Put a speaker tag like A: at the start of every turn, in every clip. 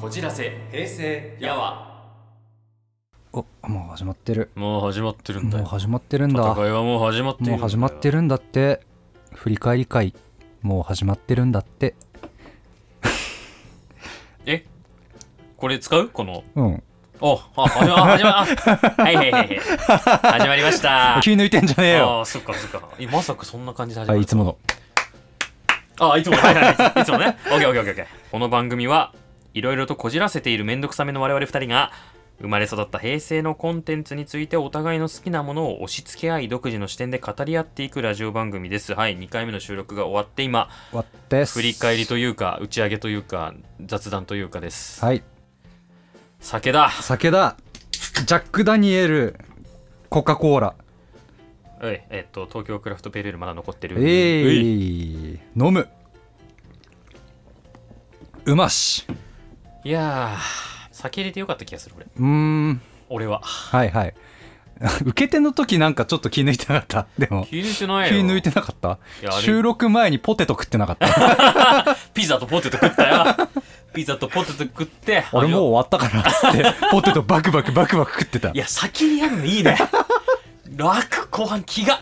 A: こじらせ
B: 平成
A: やわ
C: おもう始まってる
D: もう始まってるんだ
C: もう
D: よ。
C: 始まってるんだ
D: 戦いはもう始まってる。
C: もう始まって。るんだって振り返り会もう始まってるんだって
D: えこれ使うこの。
C: うん
D: おあ、始まあ始まあはいはいはいはい。始まりました。
C: 気抜いてんじゃねえよ
D: ああ、そっかそっか。えまさかそんな感じで始ま
C: は
D: る。
C: いいつもの
D: あ、いつもの。はいはいはい。いつもね。オッケーオッケーオッケーオッケー。この番組はいろいろとこじらせているめんどくさめの我々二人が生まれ育った平成のコンテンツについてお互いの好きなものを押し付け合い独自の視点で語り合っていくラジオ番組です。はい、2回目の収録が終わって今、
C: 終わって
D: 振り返りというか打ち上げというか雑談というかです。
C: はい
D: 酒だ
C: 酒だジャック・ダニエルコカ・コーラ
D: おいえっと東京クラフトペールールまだ残ってる
C: え
D: えい
C: ー、飲むうまし
D: いやー酒入れてよかった気がする俺
C: うーん
D: 俺は
C: はいはい 受け手の時なんかちょっと気抜いてなかったでも
D: 気抜いてない
C: 気
D: よ
C: 抜いてなかった
D: いやあれ
C: 収録前にポテト食ってなかった
D: ピザとポテト食った よピザとポテト食って
C: 俺もう終わったからっつって ポテトバクバクバクバク食ってた
D: いや先にやるのいい ね楽後半気が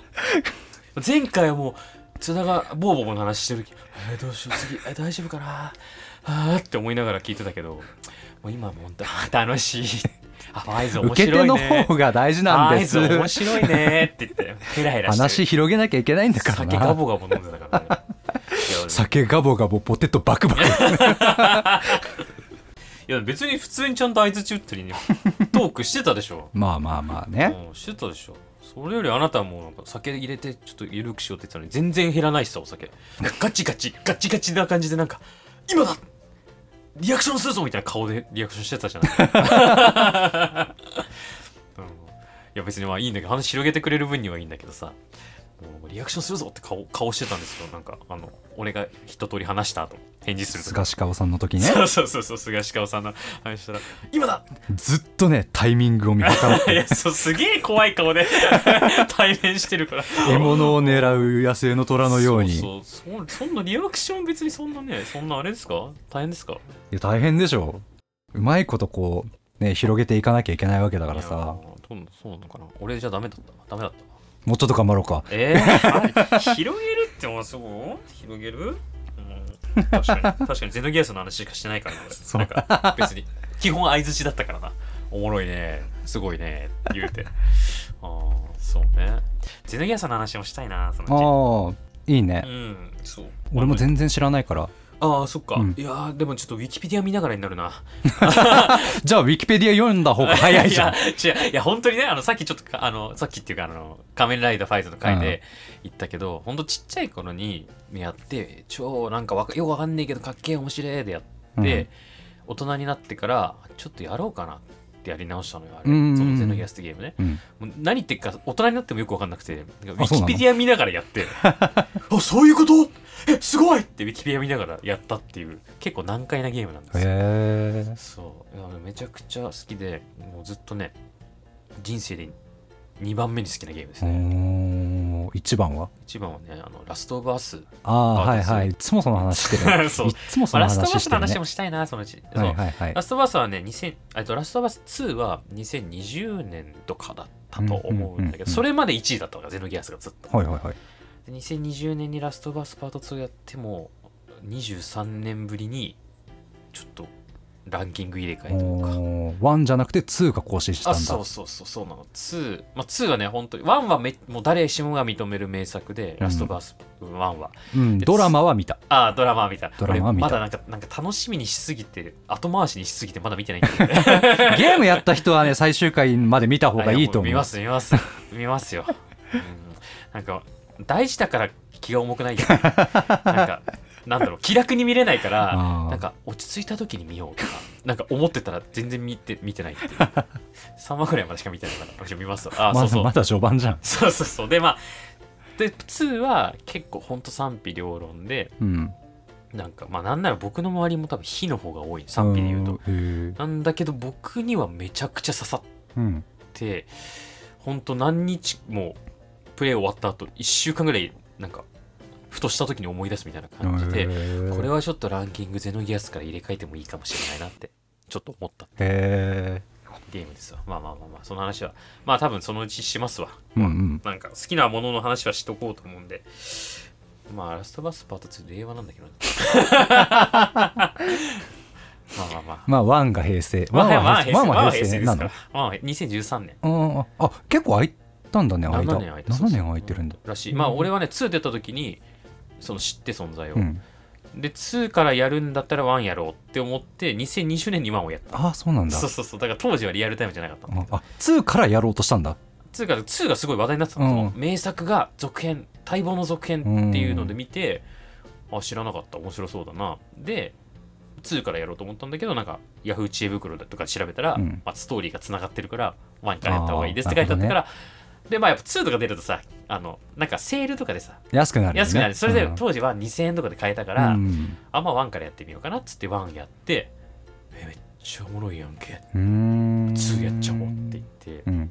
D: 前回はもう津田がボーボーボーの話してる時えーどうしよう次えー大丈夫かなあーって思いながら聞いてたけどもう今はもう本当あー楽しいあワイズ面
C: 受け
D: 白
C: 手
D: いね
C: の方が大事なんです
D: アイズ面白いねって言ってヘラヘラして
C: 話広げなきゃいけないんだから
D: 酒ガ
C: な
D: ボガボ飲んでたからねいや
C: 酒ガボガボポテトバクバク
D: いや別に普通にちゃんと相槌打ったりねトークしてたでしょ
C: まあまあまあね
D: うんしてたでしょそれよりあなたはもうなんか酒入れてちょっと緩くしようって言ってたのに全然減らないしさお酒ガチガチガチガチな感じでなんか今だリアクションするぞみたいな顔でリアクションしてたじゃない、うんいや別にまあいいんだけど話広げてくれる分にはいいんだけどさもうリアクションするぞって顔顔してたんですよなんかあの俺が一通り話した後返事すると
C: 菅氏おさんの時ね
D: そうそうそうそう菅氏川さんの話したら「今だ!
C: ずっとねタイミングを見計らっ」
D: い
C: て
D: やそうすげえ怖い顔で 対面してるから
C: 獲物を狙う野生の虎のように
D: そうそうそそんなリアクション別にそんなねそんなあれですか大変ですか
C: いや大変でしょうまいことこうね広げていかなきゃいけないわけだから
D: いや
C: さ
D: どうそうなのかな俺じゃダメだったダメだった
C: もうちょっと頑張ろうか
D: えー、広げるってもうそう広げる、うん、確かに確かにゼノギアスの話しかしてないからな俺
C: そう
D: なんか別に基本相づちだったからなおもろいねすごいね言うてああそうねゼノギアスの話もしたいなそ
C: あ
D: の
C: あいい
D: ち
C: う
D: う
C: ね
D: んそう
C: 俺も全然知らないから
D: ああそっか、
C: うん
D: いやーでもちょっとウィキペディア見ながらになるな
C: じゃあウィキペディア読んだ方が早いじゃ ん
D: いや違ういや本当にねあのさっきちょっとかあのさっきっていうかあの仮面ライダーファイトの回で言ったけど、ほんとちっちゃい頃にやって超なんかわかよくわかんねえけどかっけえ面白いでやって、大人になってからちょっとやろうかなってやり直したのよあれ、
C: うんうんうん
D: そのゼノギアスってゲームね、
C: うん
D: もう何言ってるか大人になってもよく分かんなくてウィ
C: あそ
D: キ
C: うなの
D: ペディア見ながらやってあそういうことえすごいってウィキペディア見ながらやったっていう結構難解なゲームなんですよ
C: へえ
D: そういや俺めちゃくちゃ好きでもうずっとね人生で2番目に好きなゲームですね、
C: 一番は
D: 一番はねあのラストオブアス、
C: ああ
D: あ
C: はい
D: そう
C: はいいつもその話してる ね
D: そう
C: いつもそ
D: まあ
C: の
D: ラストオブア
C: 話
D: ス
C: し
D: の
C: てる
D: 話
C: ね
D: もしたいなそのうち、そう
C: はいはいはい
D: ラストバースはね、2000えっとラストバース2は2020年とかだったと思うんだ
C: うんうん
D: け
C: うん
D: ど、それまで1位だったのが、ゼノギアスがずっと。
C: はいはいはい
D: で2020年にラストバースパート2やっても、23年ぶりに、ちょっとランキング入れ替えというか。
C: おーワンじゃなくてツーが更新した
D: あ
C: んだ
D: そうそうそうそうなの2、まあ、2はね本当に1はめもう誰しもが認める名作で、ラストバース1は
C: うんドラマは 見た
D: ああドラマは見た
C: ドラマは見た
D: 俺まだなんかなんか楽しみにしすぎて後回しにしすぎてまだ見てないんだよね
C: ゲームやった人はね最終回まで見 た方がいいと思
D: あ
C: う
D: やも見ます見ます見ますよ、うんなんか大事だから気が重くないけどなんかなんだろう気楽に見れないから
C: あー
D: なんか落ち着いた時に見ようとかなんか思ってたら全然見て見てないっていう3話ぐらいまでしか見てないからじゃあ見ますよあー
C: ま
D: そうそ
C: だ
D: う
C: まだ序盤じゃん
D: そうそうそうでまあで2は結構ほんと賛否両論で
C: うん
D: なんかまあなんなら僕の周りも多分火の方が多い賛否で言うと
C: へー
D: なんだけど僕にはめちゃくちゃ刺さっ
C: うん
D: てほんと何日もプレイ終わった後1週間ぐらいなんかふとした時に思い出すみたいな感じで
C: へー
D: これはちょっとランキングゼノギアスから入れ替えてもいいかもしれないなってちょっと思った
C: へえ
D: ゲームですわまあまあまあまあその話はまあ多分そのうちしますわ
C: うんうん
D: なんか好きなものの話はしとこうと思うんでまあラストバスパート2令和なんだ けどなまあまあまあ
C: まあワンが平成
D: ワン
C: ワン
D: は
C: は
D: 平成
C: 平成
D: ワ
C: ワ
D: ン
C: ン
D: は
C: は
D: 平
C: 平
D: 成
C: 成
D: です
C: な
D: か
C: の
D: らワンは2013年
C: うんあ結構空いたんだね間
D: 7年空いた
C: 7年空いてるんだ
D: らしいまあ俺はね2出た時にその知って存在を、
C: うん
D: で2からやるんだったら1やろうって思って2020年に1をやった
C: ああそうなんだ
D: そうそうそうだから当時はリアルタイムじゃなかったの
C: ああ2からやろうとしたんだ
D: 2から2がすごい話題になってたの、
C: うん
D: 名作が続編待望の続編っていうので見て、あ知らなかった面白そうだなで2からやろうと思ったんだけどなんかヤフー知恵袋だとか調べたら、
C: うん
D: まあ、ストーリーがつながってるから1からやった方がいいですって書いてあったから、でまあやっぱ2とか出るとさあのなんかセールとかでさ
C: 安くなるよね
D: 安くなる、それで
C: うん
D: 当時は2000円とかで買えたから、
C: うん
D: あんまワンからやってみようかなっつってワンやってえめっちゃおもろいやんけ
C: うーん
D: 2やっちゃおうって言って
C: うん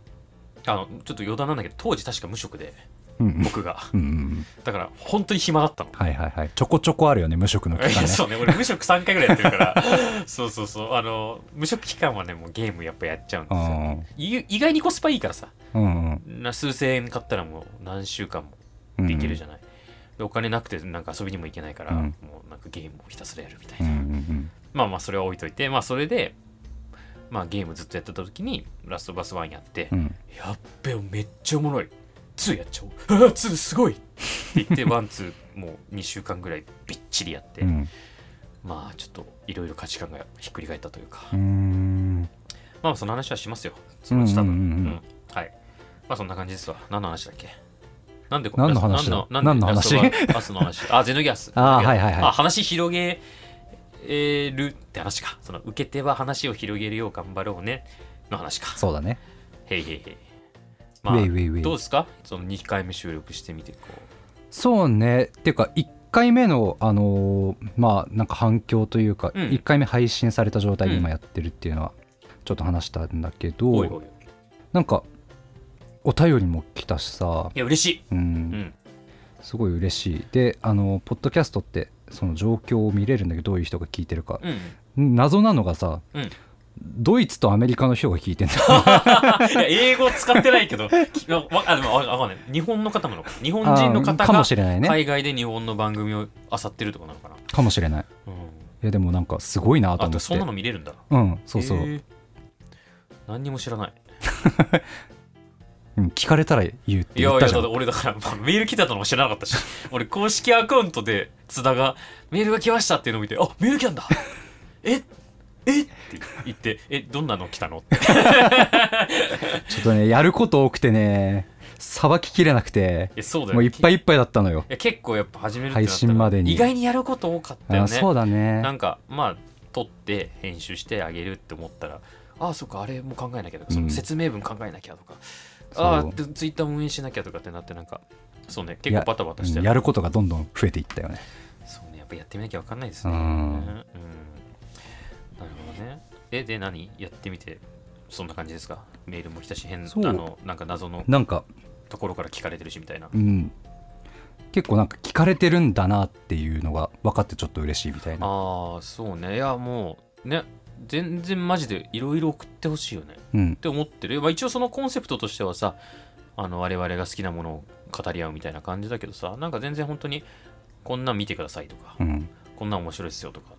D: あのちょっと余談なんだけど当時確か無職で
C: うん
D: 僕が
C: うんうん
D: だから本当に暇だったの、
C: はいはいはいちょこちょこあるよね無職の期
D: い
C: 間
D: や
C: ね
D: そうね俺無職3回ぐらいやってるから そうそうそうあの無職期間はねもうゲームやっぱやっちゃうんですよ
C: あ
D: い意外にコスパいいからさ
C: ーうんうん
D: な数千円買ったらもう何週間も
C: うん
D: できるじゃない、でお金なくてなんか遊びにも行けないから、
C: うん
D: もうなんかゲームをひたすらやるみたい
C: うん
D: な、
C: うん
D: まあまあそれは置いといてまあそれでまあゲームずっとやってた時にラストバス1やって、
C: うんうん
D: やっべめっちゃおもろい2やっちゃおうああ2すごいって言ってワンツーもう2週間ぐらいびっちりやって、
C: うん
D: まあちょっといろいろ価値観がひっくり返ったというか、
C: うーん
D: まあその話はしますよそのうち多分、
C: うんうんうんうん
D: うんはいまあそんな感じですわ何の話だっけなんで
C: 何の話だ
D: なんで
C: 何の話
D: ラストバスの 話あゼノギアス
C: あーはいはいはい
D: あ話広げるって話かその受け手は話を広げるよう頑張ろうねの話か
C: そうだね
D: へいへいへい。まあ、
C: ウェイウェイウェイ
D: どうですかその2回目収録してみてこう。
C: そうねっていうか1回目のあのーまあなんか反響というか、
D: う
C: 一
D: ん
C: 1回目配信された状態で
D: うん
C: 今やってるっていうのはちょっと話したんだけど、
D: おいおいおい。
C: なんかお便りも来たしさ、
D: いや、嬉しい。
C: うん
D: うん。
C: すごい嬉しいであのポッドキャストってその状況を見れるんだけどどういう人が聞いてるか、
D: うん。
C: 謎なのがさ
D: うん、
C: ドイツとアメリカの人が聞いてんだ
D: いや英語使ってないけ ど、きわわあでもわわかんない。日本の方なのか。 日本人の
C: あー
D: 方
C: か
D: が
C: もしれないね、
D: 海外で日本の番組を漁ってるとかなのかな。
C: かもしれない
D: うん。
C: いやでもなんかすごいなと
D: あ
C: 思
D: と、
C: っ
D: そん
C: て
D: なの見れるんだ。
C: うんそうそう、
D: へー何にも知らない。
C: うん聞かれたら言うって
D: いやい
C: 言
D: や、
C: った
D: だっ
C: じゃん
D: て俺だから、まあメール来たのも知らなかった し、俺公式アカウントで津田がメールが来ましたっていうのを見て、あメール来たんだええって言って、え、どんなの来たのって。
C: ちょっとね、やること多くてね、さばききれなくて、
D: えそうだよ
C: もういっぱい
D: い
C: いっぱいだったのよ。
D: や結構やっぱ始めるってなったら
C: 配信までに
D: 意外にやること多かったよ
C: あ
D: ね。
C: そうだ
D: な
C: ね。
D: んか、まあ、撮って編集してあげるって思ったら、あそっか、あれも考えなきゃとか、その
C: うん
D: 説明文考えなきゃとか、
C: そう
D: ああ、でツイッターも運営しなきゃとかってなって、なんか、そうね、結構バタバタして
C: うんやることがどんどん増えていったよね。
D: そうね、やっぱやってみなきゃ分かんないですね。う
C: うんん
D: なるほどね。え、で、何やってみて、そんな感じですかメールも来たし、変あ
C: そう
D: の、なんか謎の
C: なんか、
D: ところから聞かれてるしみたいな
C: う。ん、結構なんか聞かれてるんだなっていうのが分かってちょっと嬉しいみたいな。
D: ああ、そうね。いや、もう、ね、全然マジでいろいろ送ってほしいよね。っ
C: うん、
D: て思ってる。まあ、一応そのコンセプトとしてはさ、あの我々が好きなものを語り合うみたいな感じだけどさ、なんか全然本当に、こんなん見てくださいとか、
C: うん、
D: こんなん面白いですよとか、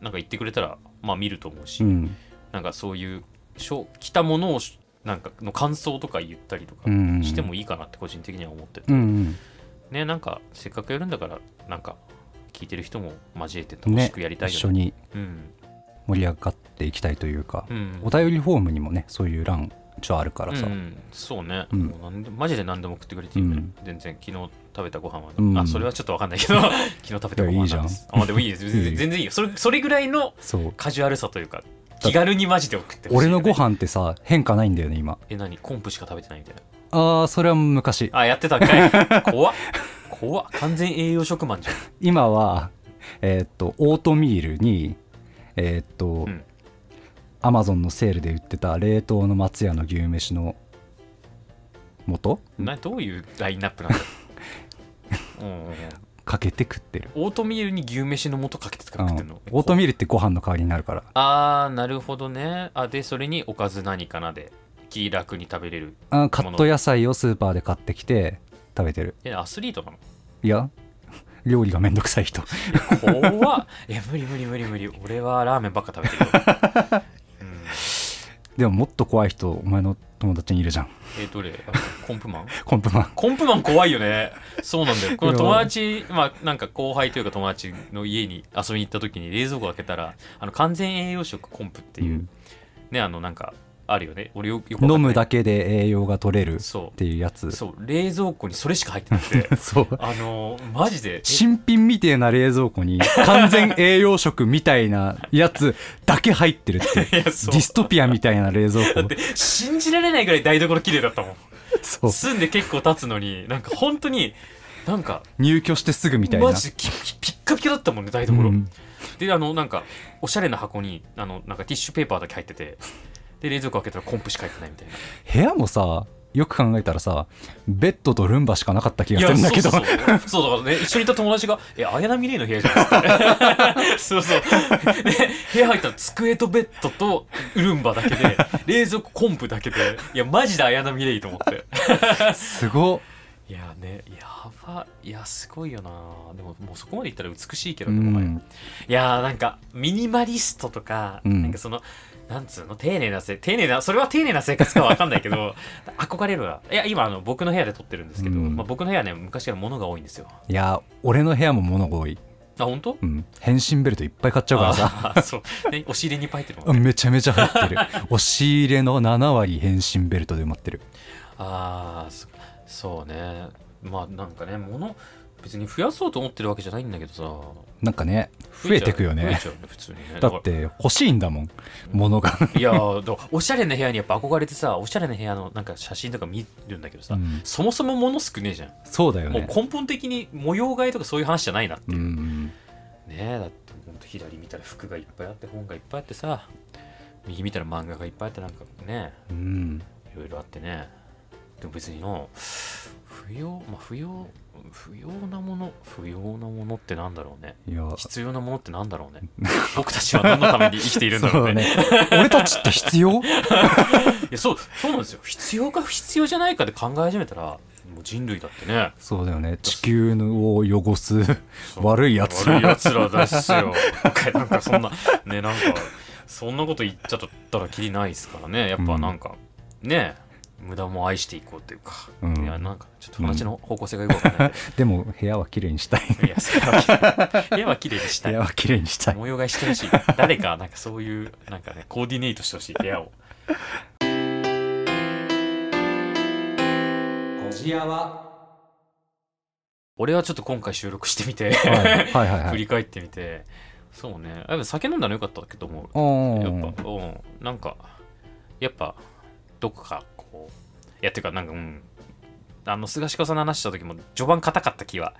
D: なんか言ってくれたら、まあ見ると思うし
C: う、ん、
D: なんかそういうしょ着たものをしなんかの感想とか言ったりとか
C: うん
D: してもいいかなって個人的には思ってて、
C: うん、うん、
D: ねなんかせっかくやるんだからなんか聞いてる人も交えて楽し
C: ね
D: くやり、た
C: 一
D: い
C: 緒
D: よね
C: に
D: うん
C: 盛り上がっていきたいというか
D: う、ん
C: お便りフォームにもね、そういう欄一応あるから
D: う
C: さ、
D: ん、そうね、
C: うん
D: もうなんでマジで何でも送ってくれていいよね、
C: うん
D: 全然昨日食べたご飯は、
C: うん
D: あそれはちょっとわかんない けど昨日食べたご
C: いやいい
D: 飯
C: じゃ
D: なん
C: ん
D: ですあでもいいです全然全然いいよそれそれぐらいの
C: そう。
D: カジュアルさというか気軽にマジで送ってほしい
C: 俺
D: よね、
C: のご飯ってさ、変化ないんだよね、今。
D: え何コンプしか食べてないみたいな
C: ああ、それは昔。
D: あ、やってたん かい。怖っ。怖っ。完全栄養食マンじゃん。
C: 今は、えーっとオートミールにえーっと、
D: うん
C: アマゾンのセールで売ってた冷凍の松屋の牛飯の素
D: などういうラインナップなんだうんうんうん
C: かけて食ってる、
D: オートミールに牛飯の素かけて
C: う
D: 作
C: ん、オ
D: ってるの、
C: ートミールってご飯の代わりになるから
D: あーなるほどねあでそれにおかず何かなで気楽に食べれる
C: あカット野菜をスーパーで買ってきて食べてる
D: えアスリートない
C: や料理がめんどくさい人
D: の怖っえ無理無理無理無理俺はラーメンばっか食べてるよ、 うん、
C: でももっと怖い人お前の友達にいるじゃん
D: えどれあコンプマン
C: コンプマン
D: コンプマン怖いよねそうなんだよこの友達まあなんか後輩というか友達の家に遊びに行った時に冷蔵庫開けたらあの完全栄養食コンプっていう、
C: うん
D: ねあのなんかあるよね俺よよくわかんない
C: 飲むだけで栄養が取れるっ
D: そう
C: ていうやつ
D: そう冷蔵庫にそれしか入ってなく て
C: そう
D: あのーマジで え
C: 新品みてえな冷蔵 庫に完全栄養食みたいなやつだけ入ってるっていう
D: いや
C: デ
D: そう
C: ィストピアみたいな冷蔵
D: だっ
C: 庫
D: て信じられないぐらい台所綺麗だったもん
C: そう
D: 住んで結構経つのになんか本当になんか
C: 入居してすぐみたいな
D: マジできピッカピカだったもんね台所、
C: うん
D: であのなんかおしゃれな箱にあのなんかティッシュペーパーだけ入っててで冷蔵庫開けたらコンプしか入ってないみたいな
C: 部屋もさよく考えたらさベッドとルンバしかなかった気がするんだけど
D: そうそうそうそうだからね一緒にいた友達が「え綾波レイの部屋じゃないですか」 そうそうで部屋入ったら机とベッドとルンバだけで冷蔵庫コンプだけでいやマジで綾波レイと思って
C: すごっ
D: いやねやばいやすごいよなでももうそこまでいったら美しいけど
C: う
D: ね、もはや
C: ん
D: いやーなんかミニマリストとか、
C: うん
D: なんかそのなんつうの丁寧なせ丁寧なそれは丁寧な生活かは分かんないけ ど憧れるわいや今あの僕の部屋で撮ってるんですけど、
C: うん
D: まあ、僕の部屋ね昔から物が多いんですよあ
C: いや俺の部屋も物が多い、
D: 本当
C: うん、変身ベルトいっぱい買っちゃうからさ
D: あーそう、ね、お尻にパイってるもんね
C: めちゃめちゃ入ってる 押し入れの7割変身ベルトで埋まってる
D: ああそそうねまあなんかね物別に増やそうと思ってるわけじゃないんだけどさ
C: なんかね増えてくよ
D: 増え
C: ね
D: ちゃうね普通にね
C: だ
D: から
C: って欲しいんだもん物が、
D: いやーだからおしゃれな部屋にやっぱ憧れてさおしゃれな部屋のなんか写真とか見るんだけどさ、
C: うん
D: そもそも物少ねえじゃん、
C: そうだよ
D: もう
C: ね
D: 根本的に模様替えとかそういう話じゃないなって
C: う
D: いう、ね
C: ん
D: えだってほんと左見たら服がいっぱいあって本がいっぱいあってさ右見たら漫画がいっぱいあってなんかね
C: うん
D: いろいろあってねでも別にの不要まあ不要不要なもの不要なものってなんだろうね
C: いや
D: 必要なものってなんだろうね僕たちは何のために生きているんだろうね
C: そうね俺たちって必要
D: いやそうそうなんですよ必要か必要じゃないかで考え始めたらもう人類だってね
C: そうだよね地球を汚す
D: そう
C: 悪いやつ
D: 悪いやつらです よなんかなんかそんなねなんかそんなこと言っちゃったらきりないですからねやっぱなんか、ね無駄も愛していこうというか、
C: うん
D: いやなんかちょっと話の方向性がよくわかんない、
C: でも部屋は綺麗に したい
D: いやそれは綺麗絵は綺麗にし
C: 部
D: たい
C: 屋は綺麗にしたい
D: 模様替えしてほしい誰かなんかそういうなんかねコーディネートしてほしい部屋を俺はちょっと今回収録してみて、
C: はいはいはい は
D: 振
C: い
D: り返ってみてそうねやっぱ酒飲んだのよかったけどもや
C: お
D: っぱうんなんかやっぱどこかこういやっていうかなんかうんあの菅氏子さんの話した時も序盤硬かった気は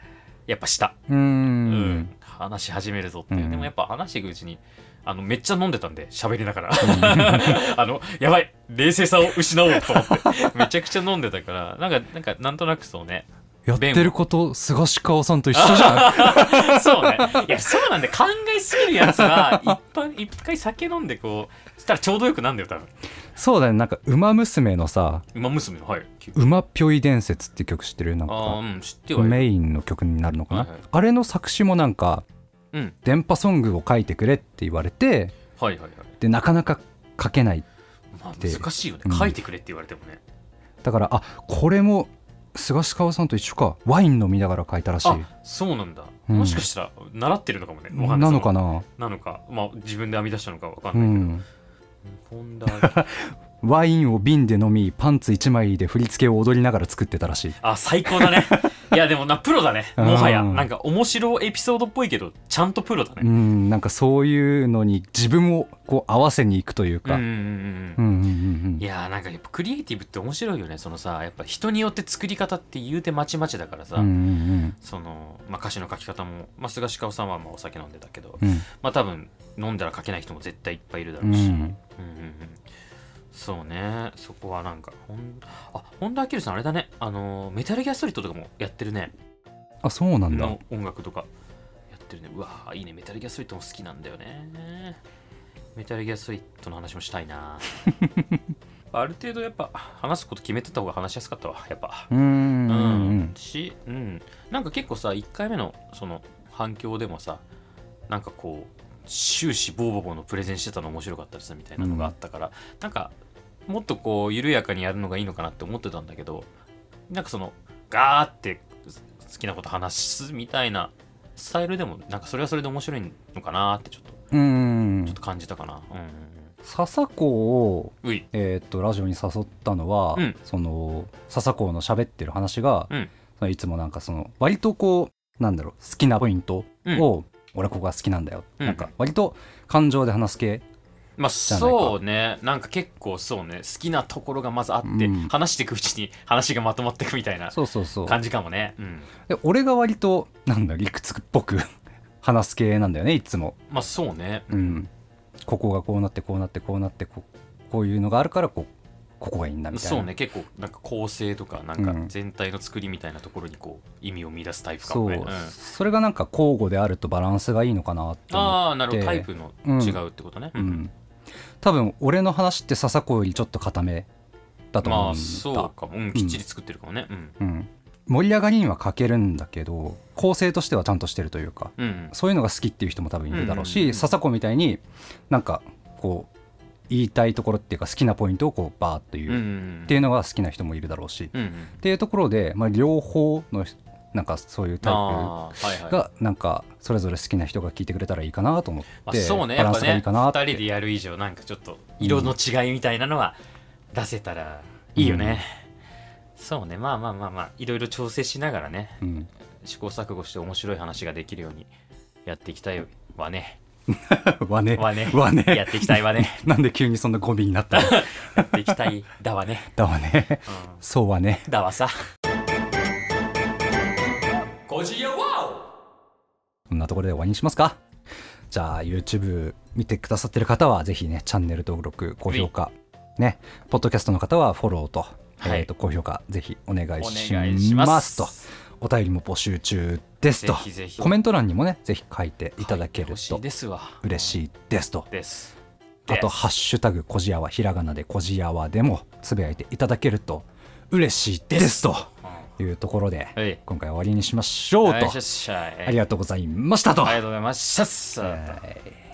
D: やっぱした、
C: うー
D: うん話し始めるぞっていう、
C: うん
D: でもやっぱ話していくうちにあのめっちゃ飲んでたんで喋りながら あのやばい冷静さを失おうと思ってめちゃくちゃ飲んでたからなんかなんかなんとなくそうね
C: やってること菅氏顔さんと一緒じゃん
D: そうね。いや、そうなんで、考えすぎるやつは、一般、一回酒飲んで、こう、したらちょうどよくなんだよ、多分。
C: そうだねなんか「ウマ娘」のさ
D: 馬娘の、はい。
C: 「ウマぴょい伝説」って曲知ってるなん
D: ああ、
C: か
D: うん、知ってはいる。
C: メインの曲になるのかな、
D: はいはい
C: あれの作詞もなんか
D: うん、
C: 電波ソングを書いてくれって言われて
D: はいはいはい。
C: でなかなか書けない
D: まあ、
C: で
D: 難しいよね
C: う。ん
D: 書いてくれって言われてもね。
C: だからあこれも菅氏川さんと一緒かワイン飲みながら書いたらしい
D: あ、そうなんだ。
C: うん
D: もしかしたら、習ってるのかもね。わかんい
C: なのか。な
D: そのなのか、まあ、自分で編み出したのかわか
C: うん
D: ない。
C: ん
D: ポンダー
C: ワインを瓶で飲みパンツ1枚で振り付けを踊りながら作ってたらしい
D: あ、最高だ ね。いや、でもな、プロだね。もはや、
C: うん
D: なんか、面白いエピソードっぽいけど、ちゃんとプロだね。
C: うんなんかそういうのに自分をこう合わせにいくという
D: うん、
C: か
D: うん、うん。
C: うんうんうん
D: いやーなんかやっぱクリエイティブって面白いよねそのさやっぱ人によって作り方って言うてまちまちだからさ、
C: うんうんうん
D: その、まあ、歌詞の書き方も、まあ、菅氏かおさんはまあお酒飲んでたけど、
C: うん
D: まあ多分飲んだら書けない人も絶対いっぱいいるだ
C: う
D: ろうし、うんうんうん
C: ん
D: そうねそこはなんかほんあ本田明さんあれだねあのーメタルギアソリッドとかもやってるね
C: あそうなんだ
D: の音楽とかやってるねうわーいいねメタルギアソリッドも好きなんだよねメタルギアソリッドの話もしたい なある程度やっぱ話すこと決めてた方が話しやすかったわやっぱ
C: うーん
D: う、
C: うんん
D: し、うん、なんか結構さ1回目のその反響でもさなんかこう終始ボーボボのプレゼンしてたの面白かったですみたいなのがあったから、なんかもっとこう緩やかにやるのがいいのかなって思ってたんだけどなんかそのガーって好きなこと話すみたいなスタイルでもなんかそれはそれで面白いのかなってちょっとち
C: うんうん
D: ょっと感じたかなうんうん
C: 笹子を、
D: うんうい
C: えーっとラジオに誘ったのは、
D: うん
C: その笹子の喋ってる話が、
D: うん
C: そのいつもなんかその割とこうなんだろう好きなポイントを、俺はここが好きなんだよ、
D: うん
C: なんか割と感情で話す系
D: まあ
C: ゃないか
D: そうねなんか結構そうね好きなところがまずあって、
C: うん
D: 話していくうちに話がまとまっていくみたいな
C: そうそうそう
D: 感じかもねうん
C: で俺が割となんだ理屈っぽく 話す系なんだよねいつも、
D: まあそうね
C: うん、ここがこうなってこうなってこうなってここういうのがあるからこうここがいいんだみたいな
D: そうね結構なんか構成とかなんか
C: うん
D: 全体の作りみたいなところにこう意味を見出すタイプか
C: そ
D: も
C: う、
D: ね、うん、
C: それがなんか交互であるとバランスがいいのかなって思って
D: ああなるほどタイプの違うってことね、
C: う
D: うん
C: ん、多分俺の話って笹子よりちょっと固めだと思うんだ、
D: まあそうかも、うん、きっちり作ってるかもねうん
C: うん、盛り上がりには欠けるんだけど構成としてはちゃんとしてるというか
D: うんうん
C: そういうのが好きっていう人も多分いるだろう
D: うんうん
C: し
D: うん
C: 笹子みたいになんかこう言いたいところっていうか好きなポイントをこうバーっと言
D: うんう
C: うっ
D: ん
C: ていうのが好きな人もいるだろうし、
D: うん
C: っていうところで、まあ、両方のなんかそういうタイ
D: ああはいは
C: プ
D: い、ま
C: がなんかそれぞれ好きな人が聞いてくれたらいいかなと思っ
D: あ、
C: て、
D: そうね
C: バ
D: や
C: ラ
D: っ
C: ン
D: ぱ
C: スがい
D: ね
C: いかな
D: 2
C: って
D: 人でやる以上なんかちょっと色の違いみたいなのは出せたらいいよね、そうねまあまあまあまあいろいろ調整しながらね
C: うん、
D: 試行錯誤して面白い話ができるようにやっていきたいわ ね。
C: わね
D: わね。
C: わね
D: やっていきたいわね。
C: なんで急にそんなゴミになったの
D: やっていきたいだわね。
C: だわね
D: う
C: そうはね
D: ん、だわさ。ごじやわ
C: こんなところで終わりにしますかじゃあ YouTube 見てくださってる方はぜひねチャンネル登録高評価ねポッドキャストの方はフォローと,、
D: はい
C: えーと高評価ぜひお願いし
D: お願
C: ま
D: い
C: す
D: します
C: とお便りも募集中ですと
D: ぜひぜひ
C: コメント欄にもねぜひ書いていただける
D: 欲しい
C: と
D: ですわ。
C: 嬉しいですと
D: です。
C: あと
D: です
C: 「ハッシュタグこじやわ」ひらがなで「こじやわ」でもつぶやいていただけると嬉しいですというところで、
D: はい
C: 今回は終わりにしましょう
D: はい
C: と
D: よっしゃい
C: ありがとうございましたと。
D: ありがとうございます。シャッサー